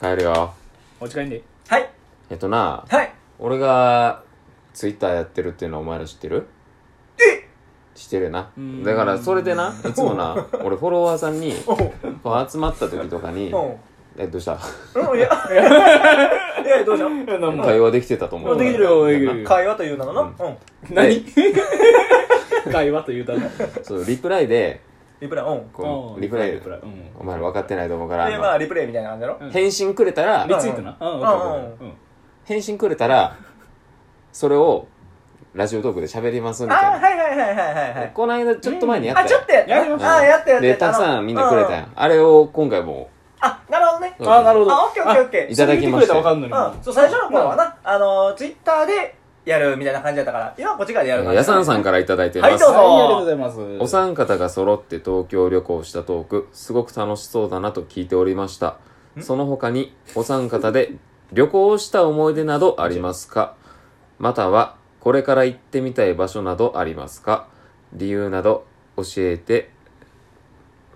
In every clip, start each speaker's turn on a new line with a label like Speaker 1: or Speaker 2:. Speaker 1: 帰るよ
Speaker 2: お時間で
Speaker 3: はい
Speaker 1: えっとな
Speaker 3: はい
Speaker 1: 俺がツイッターやってるっていうのお前ら知ってる知ってるよな
Speaker 2: うん
Speaker 1: だからそれでないつもな俺フォロワーさんに
Speaker 3: おう
Speaker 1: こう集まった時とかに
Speaker 3: おう
Speaker 1: えどうした
Speaker 3: うんいやいやどうしよう
Speaker 1: 会話できてたと思う
Speaker 2: できてるよできてるよ
Speaker 3: 会話という名のな、
Speaker 1: う
Speaker 3: うんん、
Speaker 2: 何 会話というたら
Speaker 1: そうリプライで
Speaker 3: リプライ、うん。
Speaker 1: こ
Speaker 2: う
Speaker 1: うんリプライ
Speaker 2: リプライうん
Speaker 1: お前ら分かってないと思うから
Speaker 3: で、ま
Speaker 1: あ
Speaker 3: あ、リプレイみたいな感じだろ。
Speaker 2: う
Speaker 1: の
Speaker 2: ん
Speaker 1: 返信くれたら
Speaker 2: リツイートなうんんわかるわかる
Speaker 1: 返信くれたらそれをラジオトークで喋りますみ
Speaker 3: あ
Speaker 1: たい
Speaker 3: ー、はいはいはいはいはいは。
Speaker 1: ないこの間ちょっと前にやった
Speaker 3: あ、
Speaker 1: やん
Speaker 3: ちょっとやった
Speaker 2: やりま
Speaker 1: うん
Speaker 2: した
Speaker 3: あー、やったやった。
Speaker 1: でたくさんみんなくれた
Speaker 3: う
Speaker 1: やんあれを今回も
Speaker 3: あ、なるほどね。
Speaker 1: う
Speaker 2: うんんあなるほど
Speaker 3: あオッケーオッケーオッケー
Speaker 1: いただきました
Speaker 2: それ見てくれたらわかんのに
Speaker 3: うん。そう、最初の頃はな、あのー、ツイッターでやるみたいな感じだったから、今はこっちからでやる感じ。
Speaker 1: やさんさんからいただいて
Speaker 3: は
Speaker 1: ま
Speaker 3: い
Speaker 1: す
Speaker 3: どうぞ
Speaker 2: はいありがとうございます
Speaker 1: お三方が揃って東京旅行したトークすごく楽しそうだなと聞いておりましたその他にお三方で旅行をした思い出などありますかまたはこれから行ってみたい場所などありますか理由など教えて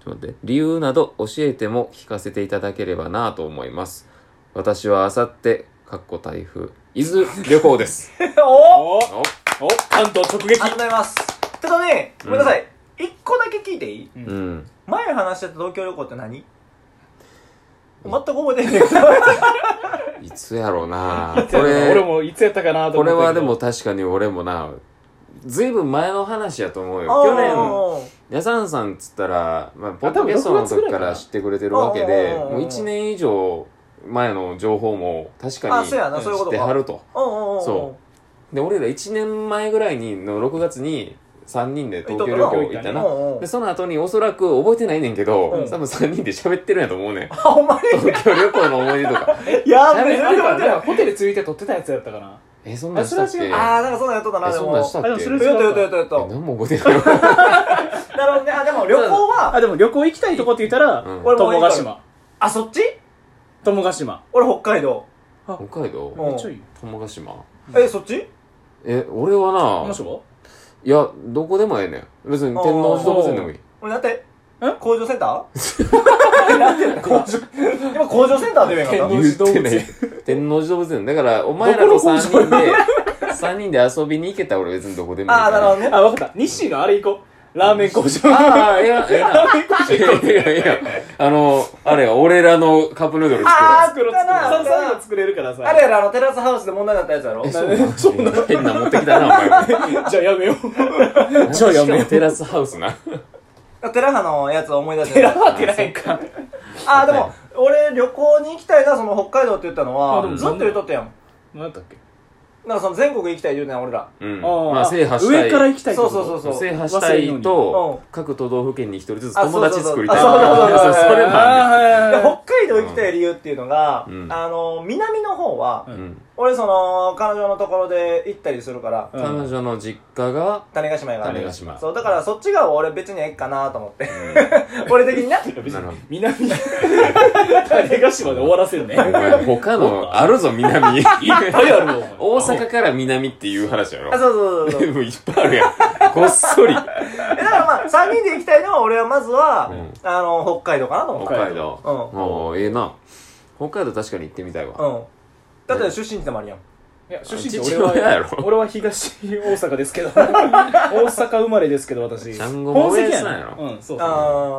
Speaker 1: ちょっと待って理由など教えても聞かせていただければなと思います私はあさってかっこ台風伊豆旅行です
Speaker 3: おー
Speaker 2: お
Speaker 1: お
Speaker 2: お関東直撃
Speaker 3: ありがとうございます。ちょっとね、ごめんなさい。一個だけ聞いていい
Speaker 1: うん
Speaker 3: 前話してた東京旅行って何全く覚えてないんだけど。
Speaker 1: いつやろうな
Speaker 2: これ俺もいつやったかなと
Speaker 1: こ
Speaker 2: 思
Speaker 1: れ
Speaker 2: った
Speaker 1: は
Speaker 2: け
Speaker 1: で
Speaker 2: ど
Speaker 1: も確かに俺もなずいぶん前の話やと思うよ
Speaker 3: あー
Speaker 1: 去年ヤサンさんっつったら、まあ、ポッドキャストの時から知ってくれてるわけで
Speaker 3: あ多分六月ぐらいか
Speaker 1: も
Speaker 3: な
Speaker 1: う1年以上前の情報も確か
Speaker 3: あ、
Speaker 1: に知
Speaker 3: そうやな、そういうこ
Speaker 1: っ
Speaker 3: と
Speaker 1: て
Speaker 3: か。
Speaker 1: はると
Speaker 3: うんうんうんうん。
Speaker 1: そで俺ら1年前ぐらいにの6月に3人で東京旅行行った
Speaker 3: う
Speaker 1: なん
Speaker 3: うん
Speaker 1: でその後におそらく覚えてないねんけど、
Speaker 3: うん
Speaker 1: 多分3人で喋ってるんやと思うねん
Speaker 3: あ、ほんまに
Speaker 1: 東京旅行の思い出とか
Speaker 3: や
Speaker 2: あれ
Speaker 3: べえ、
Speaker 2: あ
Speaker 3: 全
Speaker 2: れ
Speaker 3: 然待
Speaker 2: は
Speaker 3: っ
Speaker 2: だ
Speaker 3: て
Speaker 2: から
Speaker 3: よ。
Speaker 2: ホテルついて撮ってたやつやったかな
Speaker 1: えそんなんしたっけ
Speaker 2: あそれ
Speaker 1: え
Speaker 2: は違う
Speaker 3: あー、なんかそんなんやっとったな、で
Speaker 1: そん
Speaker 3: も。
Speaker 1: な
Speaker 3: や
Speaker 1: んしたっ
Speaker 2: あでも
Speaker 1: け
Speaker 2: そ
Speaker 1: え
Speaker 2: れ
Speaker 3: っとやっとやっとやっと。
Speaker 1: 何も覚えてないわ
Speaker 3: なるほどね。あ、でも旅行は、
Speaker 2: あでも旅行行きたいとこって言ったら
Speaker 1: うん
Speaker 3: 俺も
Speaker 2: 友ヶ島
Speaker 3: あ、そっち
Speaker 2: 友ヶ島
Speaker 3: 俺北海道。
Speaker 1: 北海道
Speaker 3: うん
Speaker 2: めっちゃいいよ
Speaker 1: 友ヶ島
Speaker 3: え、そっち
Speaker 1: え俺は
Speaker 2: 面
Speaker 1: な
Speaker 2: 白
Speaker 1: いやどこでもええねん別に天王寺動物園でもいい
Speaker 3: 俺だって
Speaker 2: え、
Speaker 3: 工場センターなんて言うの工場。今工場センターって 言えんかった
Speaker 2: 天王
Speaker 1: 言っ
Speaker 2: 寺動
Speaker 1: て
Speaker 2: 物園
Speaker 1: ない天王寺動物園だからお前らと
Speaker 2: どこの
Speaker 1: 3
Speaker 2: 工場
Speaker 1: 人で3人で遊びに行けたら俺別にどこでもいい
Speaker 3: あー、なるほど ね。
Speaker 2: あ分かった西のあれ行こうラーメン工場
Speaker 1: ああいやいやいやいやいやあのあれや俺らのカップヌードル
Speaker 3: あ
Speaker 1: 作
Speaker 2: 作ろう
Speaker 3: あっ
Speaker 2: 作
Speaker 3: たな
Speaker 2: ろうそういうの作れるからさ
Speaker 3: あれやろ、あの、テラスハウスで問題になったやつやろ
Speaker 1: るえそうなの変な持ってきたなお前も
Speaker 2: じゃあやめようじゃあや
Speaker 1: しか
Speaker 2: めよ
Speaker 1: も
Speaker 2: う
Speaker 1: テラスハウスな
Speaker 3: テラハのやつを思い出して
Speaker 2: 寺は寺へんか
Speaker 3: あー、で
Speaker 1: はい
Speaker 3: も、俺旅行に行きたいな、その北海道って言ったの
Speaker 2: あ
Speaker 3: は
Speaker 2: で、も
Speaker 3: ずっと言っとったやん。
Speaker 2: 何だったっけ
Speaker 3: なんかその全国行きたい言うねん、俺ら。
Speaker 1: うん
Speaker 2: ー
Speaker 1: まあ制覇したい
Speaker 2: 上から行きたいってこと
Speaker 3: そうそうそうそう
Speaker 1: 制覇したいと各都道府県に一人ずつ友達作りたい
Speaker 3: あ
Speaker 1: そ
Speaker 3: そううそうそう
Speaker 1: そうそれもあ
Speaker 3: い
Speaker 2: あ
Speaker 3: や
Speaker 2: ーはい
Speaker 3: 北海道行きたい理由っていうのが、
Speaker 1: うん
Speaker 3: あの南の方は、
Speaker 2: う
Speaker 1: るねんうん
Speaker 3: 俺その彼女のところで行ったりするから、
Speaker 2: うん
Speaker 1: 彼女の実家が
Speaker 3: 種子島やから
Speaker 1: 種子島
Speaker 3: そうだからそっち側は俺別にええかなと思って 俺的にな
Speaker 2: 別
Speaker 1: なるほ
Speaker 2: に
Speaker 1: ど
Speaker 2: 南 種子島で終わらせ るねい
Speaker 1: お
Speaker 2: っ
Speaker 1: 前他のあるぞ南
Speaker 2: ぱいあるわ
Speaker 1: 大阪から南っていう話やろ
Speaker 3: あそうそうそうそう
Speaker 1: でもいっぱいあるやんごっそり
Speaker 3: えだからまあ3人で行きたいのは俺はまずは、
Speaker 1: うん
Speaker 3: あの北海道かなと思って
Speaker 1: 北海道
Speaker 3: うん
Speaker 1: おーええな北海道確かに行ってみたいわ
Speaker 3: うんだって出身地でもあるやん
Speaker 2: いや出身地
Speaker 1: 父
Speaker 2: 俺
Speaker 1: 親や
Speaker 2: は
Speaker 1: ろ
Speaker 2: 俺は東大阪ですけど大阪生まれですけど私
Speaker 1: ちゃんごも親父さんやろ
Speaker 2: 本籍やねうんそう
Speaker 3: あ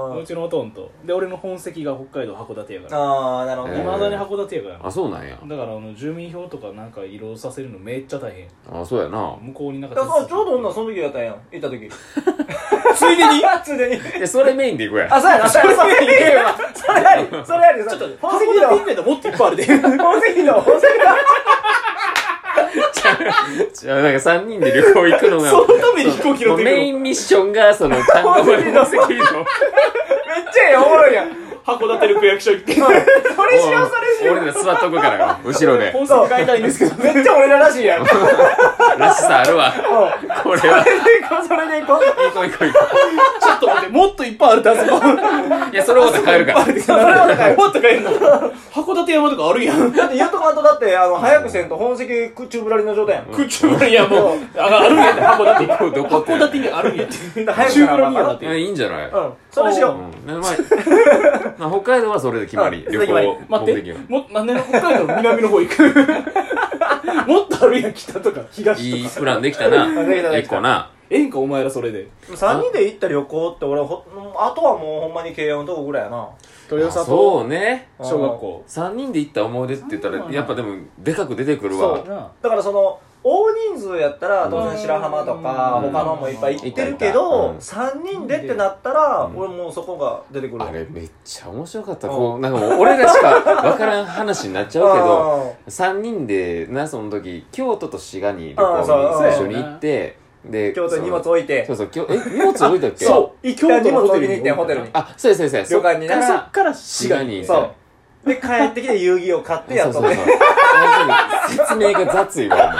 Speaker 2: そうう
Speaker 3: ー
Speaker 2: ちのおとんとで俺の本籍が北海道函館やから
Speaker 3: あーなるほど
Speaker 1: え
Speaker 2: い
Speaker 3: ね
Speaker 1: ー
Speaker 2: まだに函館やから
Speaker 1: あそうなんや
Speaker 2: だからあの住民票とかなんか移動させるのめっちゃ大変
Speaker 1: あそうやな
Speaker 2: 向こうになんか
Speaker 3: だからそうちょうど女その時やったんやん行った 時
Speaker 2: ついでに
Speaker 3: ついでに
Speaker 1: えそれメインで行くや
Speaker 3: あそうやなそれそれやり それやりそれやりちょっと本籍
Speaker 2: 函
Speaker 3: だ
Speaker 2: 館以外でもっといっぱいあるで
Speaker 3: 宝石の宝石の
Speaker 1: じゃあなんか3人で旅行行くのが
Speaker 2: そのために飛行機乗
Speaker 1: も
Speaker 2: っ
Speaker 1: う
Speaker 2: て
Speaker 1: メイ
Speaker 2: く
Speaker 1: ンミッションがそのちゃんごも親父の
Speaker 3: めっちゃええおもろいやん。
Speaker 2: の函館の区役所行って
Speaker 3: それしよう、それしよ
Speaker 1: 俺ら座っとくからよ後ろで
Speaker 2: 本籍変えたいんですけど
Speaker 3: う。めっちゃ俺ららしいやん。うん。 そ
Speaker 1: らしさあるわこれは
Speaker 3: れでいこう、それでいこ う。
Speaker 1: 行こう行こう行こ
Speaker 2: ちょっと待って、もっといっぱいあるってあそこ。
Speaker 1: ういやそれまた帰るから
Speaker 2: もっと帰るの。函館山とかあるやん。
Speaker 3: だって言うとかんとだって、あの、早くせんと本籍中ぶらりの状態やん。
Speaker 2: 空中村にはもう、ああるんやって、函館。
Speaker 1: どこどこ
Speaker 2: 函館にあるんやって。
Speaker 3: 早く
Speaker 2: 中ぶらにはなっ
Speaker 1: い
Speaker 2: て
Speaker 1: や
Speaker 2: る。
Speaker 1: いいんじゃない
Speaker 3: うん。それしよ
Speaker 1: うん、まあ、まあ北海道はそれで決まり、
Speaker 3: うん
Speaker 1: 旅行
Speaker 3: それで決ま
Speaker 2: 待
Speaker 3: り
Speaker 2: って
Speaker 1: 目的、
Speaker 2: も、なんで北海道の南の方行 くもっとあるやん、北とか東とか。
Speaker 1: いいプランできたな。
Speaker 3: できたで
Speaker 1: 一
Speaker 3: きた
Speaker 1: 個な。
Speaker 2: ええんか、お前らそれで。
Speaker 3: 3人で行った旅行って俺はほあとはもうほんまに慶応のとこぐらいやな
Speaker 2: 豊
Speaker 1: あ
Speaker 2: 里
Speaker 1: そうね。
Speaker 2: 小学校。
Speaker 1: 3人で行った思い出って言った
Speaker 2: う
Speaker 1: ら、
Speaker 2: ん
Speaker 1: やっぱでも、でかく出てくる
Speaker 3: そ
Speaker 1: わ
Speaker 3: う。
Speaker 2: な
Speaker 3: だからその大人数やったら当然白浜とか
Speaker 1: うん
Speaker 3: 他のもいっぱい行ってるけ
Speaker 1: う
Speaker 3: ど
Speaker 1: ん
Speaker 3: 3人でってなったら
Speaker 1: うん
Speaker 3: 俺もうそこが出てくる
Speaker 1: あれめっちゃ面白かった。
Speaker 3: うん
Speaker 1: こう、なんかもう俺らし かわからん話になっちゃうけど、
Speaker 3: ど
Speaker 1: 3人でなその時京都と滋賀に旅行
Speaker 3: あーそう
Speaker 1: に一緒に行ってで
Speaker 3: 京都に荷物
Speaker 1: その
Speaker 3: 置いて
Speaker 1: そうそうきょえ荷物置いたっけ
Speaker 2: そう、京都のホテル
Speaker 3: 荷物置きに行ってホテルに
Speaker 1: あそうやそうやそうや
Speaker 3: 旅館にな
Speaker 1: そっ
Speaker 2: そっから滋
Speaker 1: 滋賀
Speaker 2: 賀
Speaker 1: に
Speaker 2: に。
Speaker 3: そうで帰ってきて遊戯を買ってや
Speaker 1: そ
Speaker 3: っ
Speaker 1: うそう
Speaker 3: とっ
Speaker 1: そう
Speaker 3: て
Speaker 1: 本当に説明が雑いわ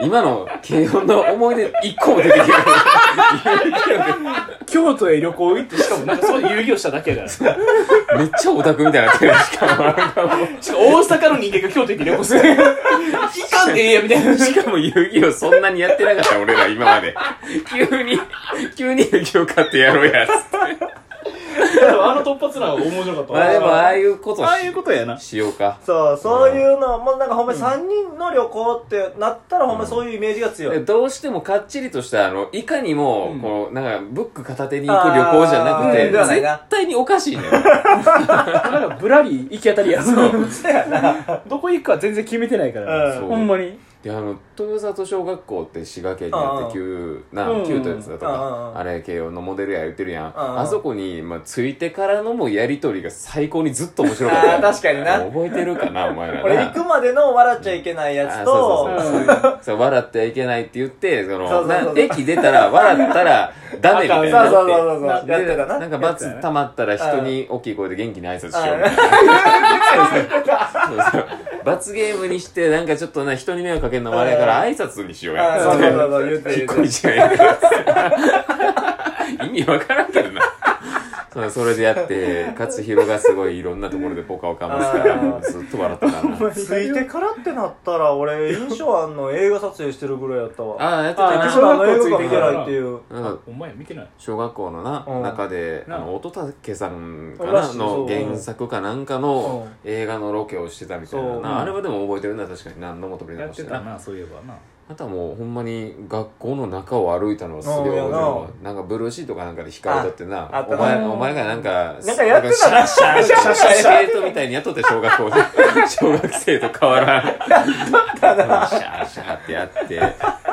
Speaker 1: お前あの今の慶応の思い出一個も出てきてない
Speaker 2: 京都へ旅行行って、しかもなんかそういう遊戯をしただけだ。しかも
Speaker 1: めっちゃオタクみたいになってるしかもなんかもう
Speaker 2: 大阪の人間が京都行って旅行す る。行かんでええや、みたいな。
Speaker 1: しかも遊戯をそんなにやってなかった俺ら今まで急に急に遊戯を買ってやろうやつって
Speaker 2: あの突発なのが面白かった
Speaker 1: ま
Speaker 2: わ。
Speaker 1: あでもああいうこと
Speaker 2: ああい
Speaker 1: し
Speaker 2: うことやな。
Speaker 1: しようか
Speaker 3: そうそういうのもうなんかほんまに3人の旅行ってなったらほんまにそういうイメージが強い
Speaker 1: どうしてもかっちりとしたあのいかにも、
Speaker 2: うん
Speaker 1: こうなんかブック片手に行く旅行じゃなく
Speaker 2: あ
Speaker 1: て
Speaker 2: ー
Speaker 3: ではないな
Speaker 1: 絶対におかしいね
Speaker 2: なんかぶらり行き当たりやそうどこ行くか全然決めてないから、
Speaker 3: うん
Speaker 1: そう
Speaker 2: ほんまに
Speaker 1: であの豊里小学校って滋賀県にあって旧な
Speaker 2: うん
Speaker 1: 旧とやつだと
Speaker 3: うんう
Speaker 1: か
Speaker 3: ん
Speaker 1: あれ慶応のモデルや言ってるやん
Speaker 3: うん
Speaker 1: あそこに、まあ、ついてからのもやりとりが最高にずっと面白かった
Speaker 3: あー確かにな
Speaker 1: 覚えてるかなお前らな
Speaker 3: 俺行くまでの笑っちゃいけない
Speaker 1: あ
Speaker 3: やつ
Speaker 1: そうそう
Speaker 3: と
Speaker 1: そう
Speaker 2: うん
Speaker 1: そうそう笑ってはいけないって言ってそ
Speaker 3: そう
Speaker 1: の
Speaker 3: そうそうそう
Speaker 1: な駅出たら笑ったらダメみたいになって
Speaker 3: そうそうそうそう
Speaker 2: な
Speaker 3: やって
Speaker 1: で
Speaker 3: たな
Speaker 1: なんか
Speaker 2: やって
Speaker 1: 罰
Speaker 2: たね
Speaker 1: 溜まったら人に大きい声で元気に挨拶しようみたいな。そうそう罰ゲームにして、なんかちょっとな、人に迷惑かけるのもあれやから挨拶にしよう
Speaker 3: あ
Speaker 1: や。
Speaker 3: そうそうそうそう言って
Speaker 1: 引っ
Speaker 3: 言
Speaker 1: 込
Speaker 3: っ
Speaker 1: み
Speaker 3: て
Speaker 1: じゃないから。意味わからんけどな。そうそれでやって、勝弘がすごいいろんなところでポカをかますから、
Speaker 3: あー
Speaker 1: もうずっと笑ってたな。
Speaker 3: ついてからってなったら俺印象あんの映画撮影してるぐらいやったわ
Speaker 1: ああ、やってた
Speaker 2: あ
Speaker 1: な
Speaker 2: ー
Speaker 3: 一番の映画が見てないっていう
Speaker 1: なんか
Speaker 2: お前見てない
Speaker 1: 小学校のな、
Speaker 3: うん
Speaker 1: 中で、あ
Speaker 2: な
Speaker 1: の、乙武さんからな
Speaker 3: しい
Speaker 1: の
Speaker 3: そう
Speaker 1: 原作かなんかの映画のロケをしてたみたいな
Speaker 3: そう
Speaker 1: な。あれはでも覚えてるな、確かに何度も取り
Speaker 2: や
Speaker 1: 直
Speaker 2: っ
Speaker 1: して
Speaker 2: て
Speaker 1: な
Speaker 2: た。なそういえばな
Speaker 1: あとはもうほんまに学校の中を歩いたのはすごい覚えてる
Speaker 3: あ
Speaker 1: わなんかブルーシートかなんかで光れたってな
Speaker 3: ああった
Speaker 1: お
Speaker 3: な
Speaker 1: 前お前がなんか
Speaker 3: なんかやってた
Speaker 1: な
Speaker 3: な
Speaker 1: か
Speaker 3: ん
Speaker 1: シャシャシャシャ
Speaker 3: シャシャシャ
Speaker 1: シャシャみたいにやっとって小学校で小学生と変わらんシャーシャーってやって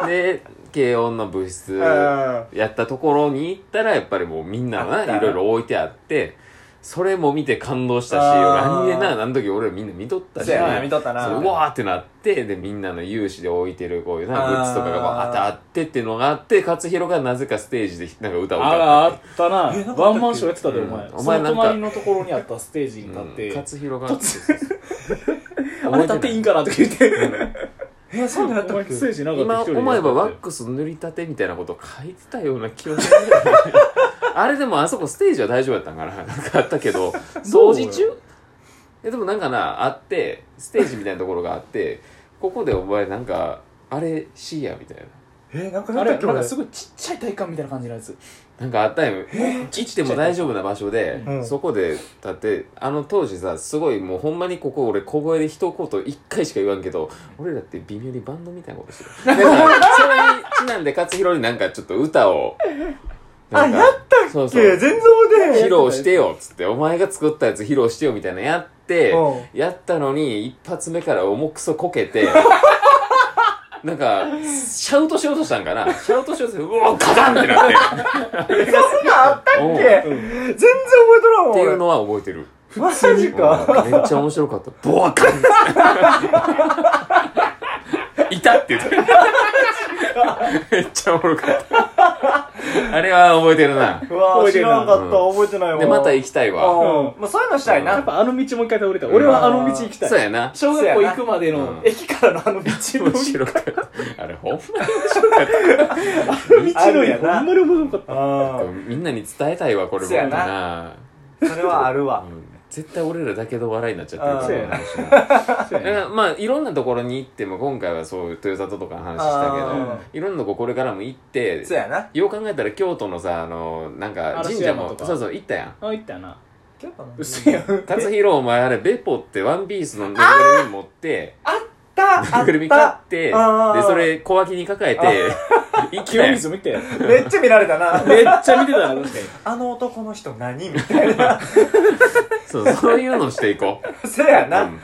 Speaker 1: で軽音の部室
Speaker 3: うん
Speaker 1: やったところに行ったらやっぱりもうみんな
Speaker 3: あ
Speaker 1: が
Speaker 3: ったな
Speaker 1: ないろいろ置いてあってそれも見て感動したし
Speaker 3: あ
Speaker 1: 何
Speaker 3: ー
Speaker 1: でなあの時俺らみんな見とったし
Speaker 3: そうやな見とったな
Speaker 1: そううわーってなってでみんなの有志で置いてるこういうな
Speaker 3: あー
Speaker 1: グッズとかがわーってあってっていうのがあって勝弘がなぜかステージでなんか歌を歌
Speaker 2: あ
Speaker 1: った
Speaker 2: あったな
Speaker 3: えなんかあったっけ
Speaker 2: ワンマンショーやってたでお前、
Speaker 1: うんお前なんか
Speaker 2: その隣のところにあったステージに立って、
Speaker 1: うん勝弘が
Speaker 2: あれ立っていいんかなとか言って
Speaker 3: えそうなんやった
Speaker 2: お前ステージなかった
Speaker 1: 今
Speaker 2: 一人で
Speaker 1: 思えばワックス塗りたてみたいなこと書いてたような気がす るあれでもあそこステージは大丈夫だったんかななんかあったけど掃除中えでもなんかなあってステージみたいなところがあってここでお前なんかあれしいやみたいな
Speaker 3: えなんかや
Speaker 2: あ
Speaker 3: ったっ
Speaker 2: れ
Speaker 3: け
Speaker 2: なんか
Speaker 3: 俺
Speaker 2: すごいちっちゃい体育館みたいな感じのやつ
Speaker 1: なんかあったんよ行っても大丈夫な場所で、
Speaker 3: うん
Speaker 1: そこで立ってあの当時さすごいもうほんまにここ俺小声で一言一回しか言わんけど俺らって微妙にバンドみたいなことして るでさそれにちなんで勝弘になんかちょっと歌をなんか
Speaker 3: あや
Speaker 1: ったっけそう
Speaker 3: い
Speaker 1: そ
Speaker 3: や全
Speaker 1: う
Speaker 3: 然覚えてへ
Speaker 1: 披
Speaker 3: ん
Speaker 1: 露してよっつってお前が作ったやつ披露してよみたいなのやって、やったのに一発目から重くそこけ てなんかシャウトしようとしたんかなシャウトしようとしてうおカダンって なって
Speaker 3: うんそんなんあったっけ
Speaker 1: うん
Speaker 3: 全然覚えとらんわ
Speaker 1: っていう
Speaker 3: 俺
Speaker 1: のは覚えてる
Speaker 3: マジか
Speaker 1: うんめっちゃ面白かった。 ボワカンいたって言って。めっちゃおもろかった。あれは覚えてるな。
Speaker 3: うわ
Speaker 2: 覚えて
Speaker 3: 知
Speaker 2: るな
Speaker 3: らんかった覚えてないわ
Speaker 1: で、また行きたいわ。
Speaker 3: うんまあそういうのしたい
Speaker 2: や
Speaker 3: な
Speaker 2: っぱあの道もう一回倒れたい俺はあの道行きたい
Speaker 1: そうやな。
Speaker 2: 小学校行くまでの
Speaker 1: うん
Speaker 2: 駅からのあの道の
Speaker 1: 面白かった。あれ、ほんまに面白かっ
Speaker 2: 道の
Speaker 3: あるや
Speaker 2: 駅ほ
Speaker 3: なん
Speaker 2: まに面白かった
Speaker 1: た。
Speaker 3: う
Speaker 1: みんなに伝えたいわ、これも。
Speaker 3: そうやな
Speaker 1: なん
Speaker 3: それはあるわ
Speaker 1: うん絶対俺らだけど笑いになっちゃってるから
Speaker 2: う
Speaker 1: 面白いだからまあいろんなところに行っても今回はそう豊里とかの話したけど
Speaker 3: あ
Speaker 1: いろんなとここれからも行って
Speaker 3: そうやな
Speaker 1: よう考えたら京都のさあのなんか神社
Speaker 2: 嵐山
Speaker 1: も
Speaker 2: とか
Speaker 1: そうそう行ったやん
Speaker 2: あ行ったよな
Speaker 3: けかな
Speaker 2: うせやん
Speaker 1: 達弘お前あれベポってワンピースのぬいぐるみ持って
Speaker 3: あった
Speaker 1: ぬ
Speaker 3: あ
Speaker 1: いぐる
Speaker 3: っ
Speaker 1: み買ったてで
Speaker 3: あー
Speaker 1: それ小脇に抱え て一気
Speaker 2: 清
Speaker 1: に
Speaker 2: 水見て
Speaker 3: めっちゃ見られた な
Speaker 2: めっちゃ見てたな確かに
Speaker 3: あの男の人何み たいな
Speaker 1: そうそういうのしていこう
Speaker 3: せやな、
Speaker 1: うん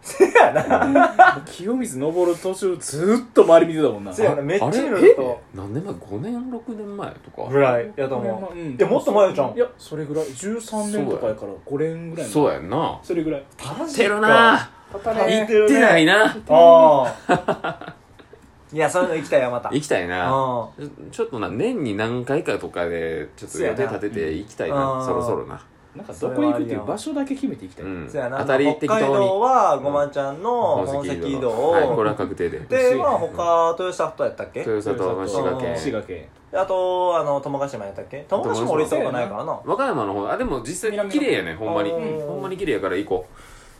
Speaker 3: せやな、
Speaker 2: 清水登る途中ずーっと周り見てたもんな
Speaker 3: せやな
Speaker 1: あ
Speaker 3: めっちゃ見
Speaker 1: あ
Speaker 3: ら
Speaker 1: れ
Speaker 3: れ
Speaker 1: え
Speaker 3: た
Speaker 1: 何年前5年6年前とか
Speaker 3: ぐらいやと思
Speaker 2: う
Speaker 3: う、
Speaker 2: ん
Speaker 3: でもっと前じゃん
Speaker 2: いやそれぐらい13年とかやから5年ぐらいの
Speaker 1: そうやんな
Speaker 2: それぐらい
Speaker 3: マジ
Speaker 1: てるな
Speaker 3: ね
Speaker 1: 行ってないな
Speaker 3: ああ いやそういうの行きたいよまた
Speaker 1: 行きたいな
Speaker 3: あ
Speaker 1: ちょっとな年に何回かとかでちょっと予定立てて行きたい
Speaker 3: そうやな
Speaker 1: な
Speaker 3: うん
Speaker 1: そろそろな
Speaker 2: なんかどこ行くっていう場所だけ決めていきたい、
Speaker 1: うん
Speaker 3: そうやな
Speaker 1: 当たり
Speaker 3: 北
Speaker 1: 適
Speaker 3: 海道
Speaker 1: 当に
Speaker 3: はごまんちゃんの本籍移動を、
Speaker 1: はいこれは確定で
Speaker 3: で
Speaker 2: うん
Speaker 3: まあ他豊里やったっけ
Speaker 1: 豊里は滋賀県
Speaker 2: 滋賀県
Speaker 3: あとあの友ヶ島やったっけ友ヶ島俺行ったことないからな
Speaker 1: 和歌山の方あでも実際綺麗やねほんまに
Speaker 3: あー
Speaker 1: ほんまに綺麗やから行こ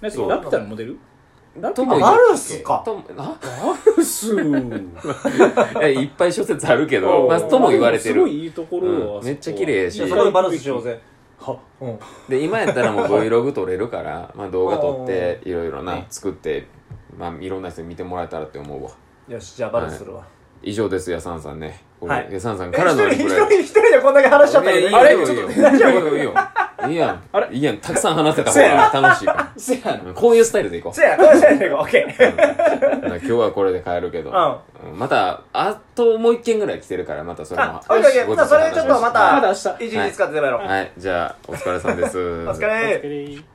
Speaker 2: ラピ
Speaker 1: そう
Speaker 2: ュタのモデルラピ
Speaker 1: と
Speaker 2: ュ
Speaker 1: も
Speaker 2: タ
Speaker 1: 言う
Speaker 3: マルス
Speaker 1: う
Speaker 3: か
Speaker 1: ともあ
Speaker 2: ラル ス
Speaker 1: いやいっぱい諸説あるけどまあとも言われて
Speaker 2: すご
Speaker 1: る
Speaker 2: いいいところ
Speaker 1: うん
Speaker 2: よあそこは
Speaker 1: めっちゃ綺麗やし
Speaker 3: いやそこでバランスしようぜ
Speaker 2: は
Speaker 3: うん
Speaker 1: で今やったらも う Vlog 撮れるからまあ動画撮っていろいろな作ってまあいろんな人に見てもらえたらって思うわ
Speaker 3: よしじゃあバランスするわ
Speaker 1: 以上ですやさんさんねこ
Speaker 3: はい
Speaker 1: れやさんさん
Speaker 3: え
Speaker 1: からの
Speaker 3: 一人
Speaker 1: リ
Speaker 3: 一
Speaker 1: プライ
Speaker 3: 人一人でこんだけ話しちゃったけ
Speaker 1: いやいい
Speaker 3: ど
Speaker 1: よ
Speaker 3: あれ
Speaker 1: いいよいいよいいよいいやん
Speaker 2: あれ
Speaker 1: いいやんたくさん話せた方
Speaker 2: せや
Speaker 1: が楽しい から
Speaker 2: せや
Speaker 1: うんこういうスタイルでいこう
Speaker 3: せやこれせやねんかオッケー
Speaker 1: うんだから今日はこれで帰るけどうんまたあともう一件ぐらい来てるからまたそれも
Speaker 3: あオッケーオッケー
Speaker 1: 後日
Speaker 3: じゃあそれちょっとま
Speaker 2: ま
Speaker 3: た
Speaker 2: だ明日
Speaker 3: 一日使ってやろう
Speaker 1: はいじゃあお疲れさんですお疲
Speaker 3: お疲れ
Speaker 2: お疲れ